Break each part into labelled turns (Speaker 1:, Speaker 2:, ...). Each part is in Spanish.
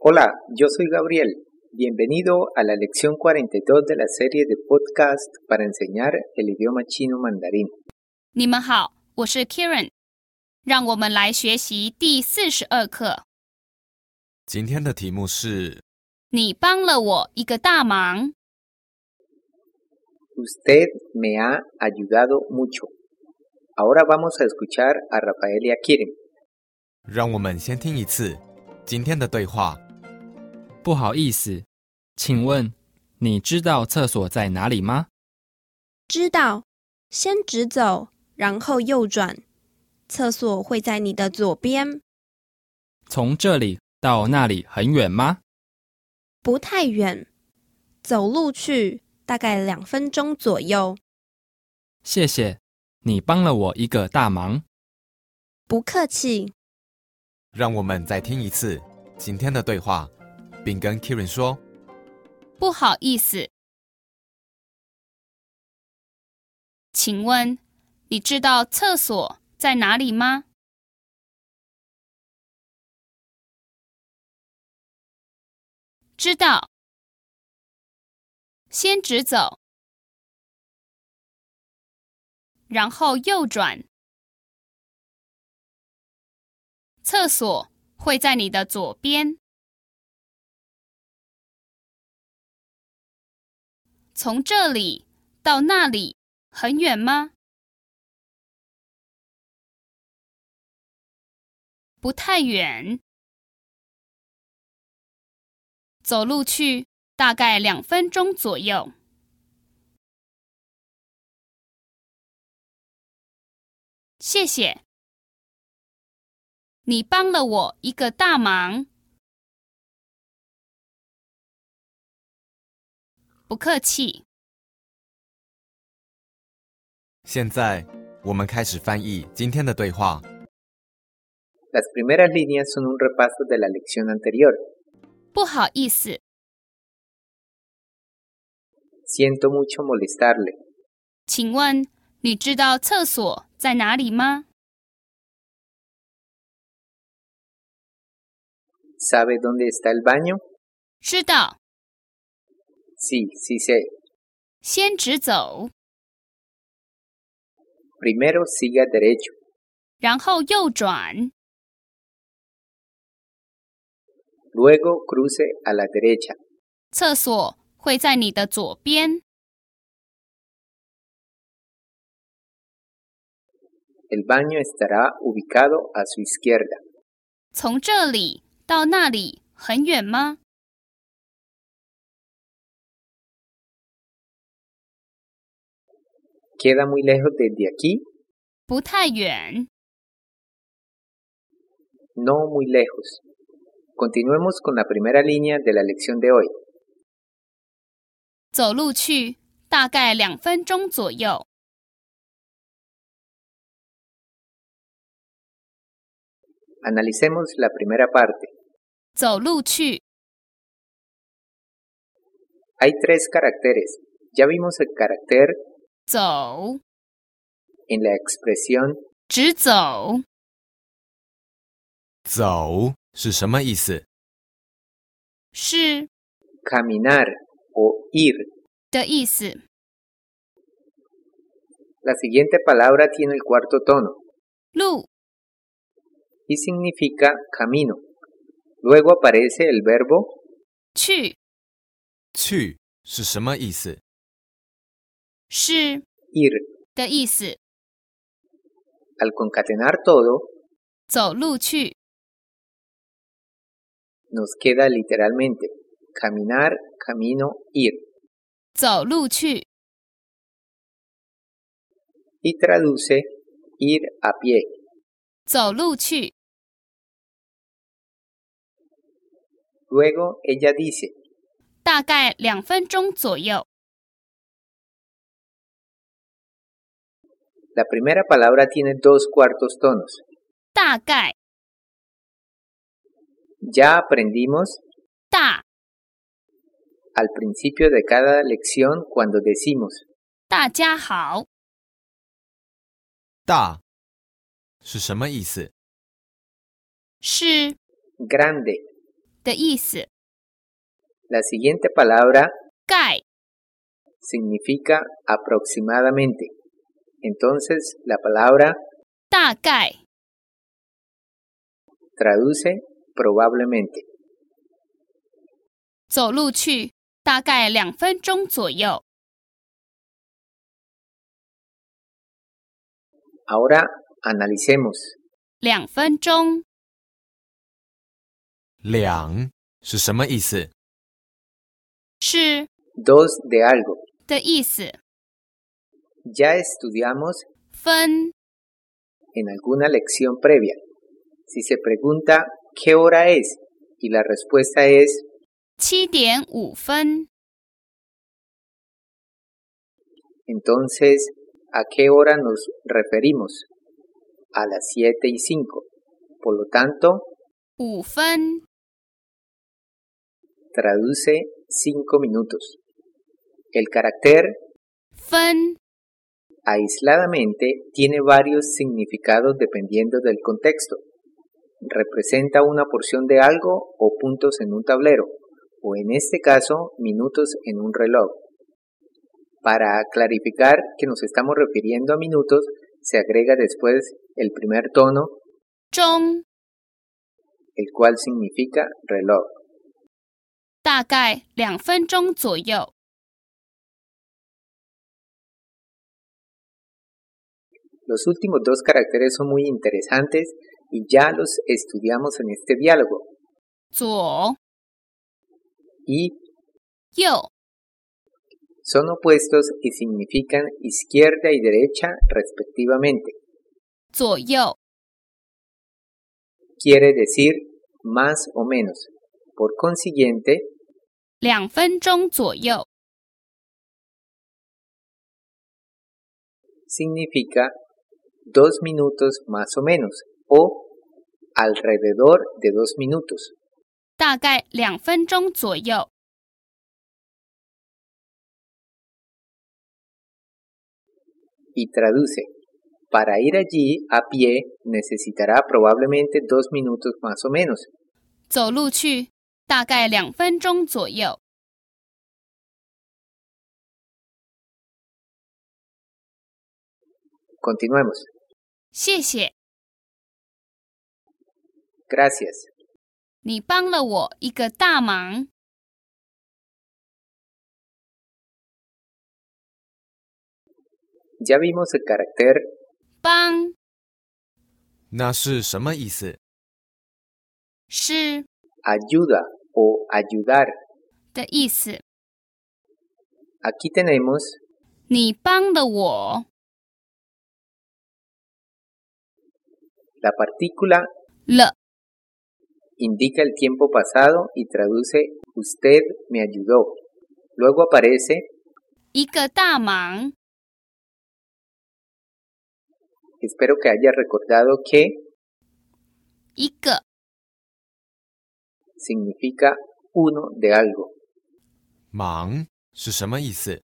Speaker 1: Hola, yo soy Gabriel. Bienvenido a la lección 42 de la serie de podcast para enseñar el idioma chino mandarín.
Speaker 2: 你们好，我是 Kieran，让我们来学习第四十二课。
Speaker 3: 今天的题目是
Speaker 2: 你帮了我一个大忙，
Speaker 1: Usted me ha ayudado mucho. Ahora vamos a escuchar a Rafael y a Kirin.
Speaker 3: 让我们先听一次今天的对话。
Speaker 4: 不好意思，请问你知道厕所在哪里吗？
Speaker 5: 知道，先直走，然后右转，厕所会在你的左边，
Speaker 4: 从这里到那里很远吗？
Speaker 5: 不太远，走路去大概两分钟左右。
Speaker 4: 谢谢，你帮了我一个大忙。
Speaker 5: 不客气，
Speaker 3: 让我们再听一次今天的对话，并跟 Kieran 说
Speaker 2: 不好意思。请问你知道厕所在哪里吗？知道。先直走，然后右转。厕所会在你的左边。从这里到那里很远吗？不太远，走路去大概两分钟左右。谢谢，你帮了我一个大忙。不客气。：“
Speaker 3: 现在我们开始翻译今天的对话。
Speaker 1: Las primeras líneas son un repaso de la lección anterior.
Speaker 2: 不好意思，
Speaker 1: Siento mucho molestarle.
Speaker 2: 请问你知道厕所在哪里吗？
Speaker 1: ¿Sabe dónde está el baño?
Speaker 2: 知道，
Speaker 1: Sí, sí sé.
Speaker 2: 先直走，
Speaker 1: Primero siga derecho.
Speaker 2: 然后右转，
Speaker 1: Luego cruce a la derecha.
Speaker 2: 厕所会在你的左边。
Speaker 1: El baño estará ubicado a su izquierda.
Speaker 2: 从这里到那里很远吗？
Speaker 1: Queda muy lejos desde aquí,
Speaker 2: 不太远，
Speaker 1: no muy lejos. Continuemos con la primera línea de la lección de hoy.
Speaker 2: 走路去大概两分钟左右。
Speaker 1: Analicemos la primera parte.
Speaker 2: 走路去，
Speaker 1: Hay tres caracteres. Ya vimos el carácter
Speaker 2: 走，
Speaker 1: en la expresión
Speaker 2: 直走，
Speaker 3: 走是什么意思？
Speaker 2: 是
Speaker 1: caminar o ir.
Speaker 2: 的意思。
Speaker 1: La siguiente palabra tiene el cuarto tono
Speaker 2: 路，
Speaker 1: y significa camino. Luego aparece el verbo
Speaker 2: 去，
Speaker 3: 去是什么意思？
Speaker 2: 是
Speaker 1: ir.
Speaker 2: 的意思。
Speaker 1: Al concatenar todo,
Speaker 2: 走路去。
Speaker 1: nos queda literalmente caminar, camino, ir.
Speaker 2: 走路去，
Speaker 1: y traduce ir a pie.
Speaker 2: 走路去，
Speaker 1: Luego ella dice,
Speaker 2: 大概两分钟左右。
Speaker 1: la primera palabra tiene dos cuartos tonos.
Speaker 2: 大概
Speaker 1: Ya aprendimos
Speaker 2: 大
Speaker 1: al principio de cada lección cuando decimos
Speaker 2: 大家好，
Speaker 3: 大是什么意思？
Speaker 2: 是
Speaker 1: grande
Speaker 2: 的意思。
Speaker 1: La siguiente palabra
Speaker 2: 盖
Speaker 1: significa aproximadamente. Entonces, la palabra
Speaker 2: 大概
Speaker 1: traduce probablemente.
Speaker 2: 走路去，大概两分钟左右。
Speaker 1: Ahora analicemos.
Speaker 2: 两分钟，
Speaker 3: 两是什么意思？
Speaker 2: 是
Speaker 1: Dos de algo.
Speaker 2: 的意思。
Speaker 1: Ya estudiamos
Speaker 2: 分
Speaker 1: en alguna lección previa. Si se pregunta ¿qué hora es? y la respuesta es
Speaker 2: 七点五分，
Speaker 1: Entonces, ¿a qué hora nos referimos? A las 7 y 5. Por lo tanto,
Speaker 2: 五分
Speaker 1: traduce 5 minutos. El carácter
Speaker 2: 分
Speaker 1: aisladamente tiene varios significados dependiendo del contexto. Representa una porción de algo o puntos en un tablero, o en este caso, minutos en un reloj. Para clarificar que nos estamos refiriendo a minutos, se agrega después el primer tono,
Speaker 2: 钟，
Speaker 1: el cual significa reloj.
Speaker 2: 大概两分钟左右。
Speaker 1: Los últimos dos caracteres son muy interesantes y ya los estudiamos en este diálogo.
Speaker 2: 左
Speaker 1: Y
Speaker 2: 右，
Speaker 1: son opuestos y significan izquierda y derecha respectivamente.
Speaker 2: 左右，
Speaker 1: Quiere decir más o menos. Por consiguiente,
Speaker 2: 两分钟左右。
Speaker 1: significa dos minutos más o menos o alrededor de dos minutos.
Speaker 2: 大概两分钟左右。
Speaker 1: y traduce. Para ir allí a pie necesitará probablemente dos minutos más o menos.
Speaker 2: 走路去，大概两分钟左右。
Speaker 1: Continuemos.
Speaker 2: 谢谢
Speaker 1: Gracias.
Speaker 2: 你帮了我一个大忙。
Speaker 1: Ya vimos el carácter
Speaker 2: 帮
Speaker 3: 那是什么意思？
Speaker 2: 是
Speaker 1: ayuda o ayudar.
Speaker 2: 的意思。
Speaker 1: Aquí tenemos
Speaker 2: 你帮了我
Speaker 1: la partícula
Speaker 2: 了，
Speaker 1: indica el tiempo pasado y traduce usted me ayudó. Luego aparece
Speaker 2: 一个大忙。
Speaker 1: espero que haya recordado que
Speaker 2: 一个
Speaker 1: significa uno de algo.
Speaker 3: 忙是什么意思？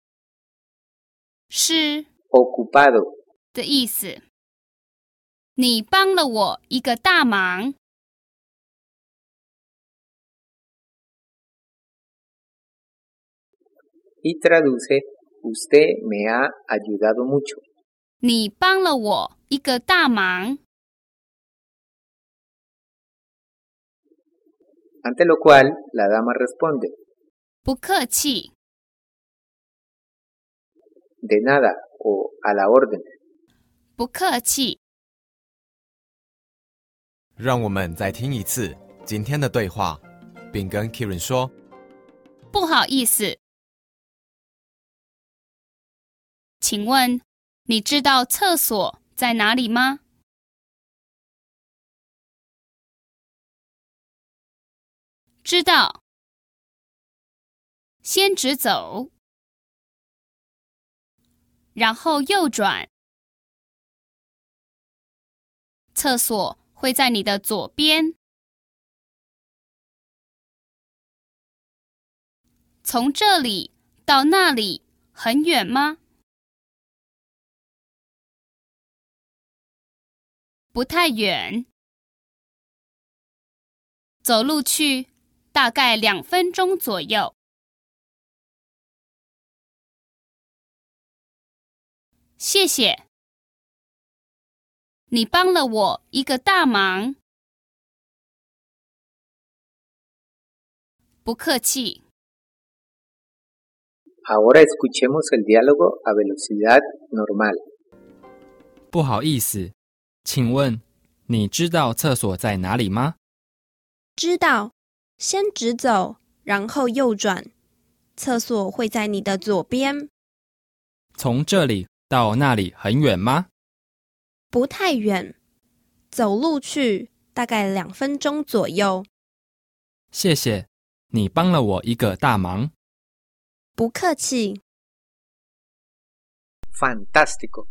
Speaker 2: 是
Speaker 1: Ocupado
Speaker 2: 的意思。你帮了我一个大忙。
Speaker 1: y traduce usted me ha ayudado mucho.
Speaker 2: 你帮了我一个大忙。
Speaker 1: Ante lo cual, la dama responde,
Speaker 2: 不客气，
Speaker 1: de nada o a la orden.
Speaker 2: 不客气。
Speaker 3: 让我们再听一次今天的对话，并跟 Kirin 说。
Speaker 2: 不好意思，请问你知道厕所在哪里吗？知道，先直走，然后右转。厕所会在你的左边，从这里到那里很远吗？不太远，走路去大概两分钟左右。谢谢，你帮了我一个大忙。不客气。
Speaker 1: Ahora escuchemos el diálogo a velocidad normal.
Speaker 4: 不好意思，请问你知道厕所在哪里吗？
Speaker 5: 知道，先直走，然后右转，厕所会在你的左边，
Speaker 4: 从这里到那里很远吗？
Speaker 5: 不太远，走路去大概两分钟左右。
Speaker 4: 谢谢，你帮了我一个大忙。
Speaker 5: 不客气，
Speaker 1: Fantástico.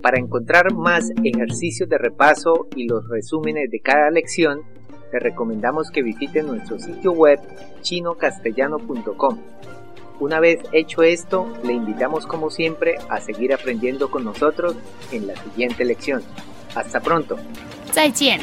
Speaker 1: Para encontrar más ejercicios de repaso y los resúmenes de cada lección, te recomendamos que visites nuestro sitio web chinocastellano.com. Una vez hecho esto, le invitamos como siempre a seguir aprendiendo con nosotros en la siguiente lección. Hasta pronto.
Speaker 2: 再见。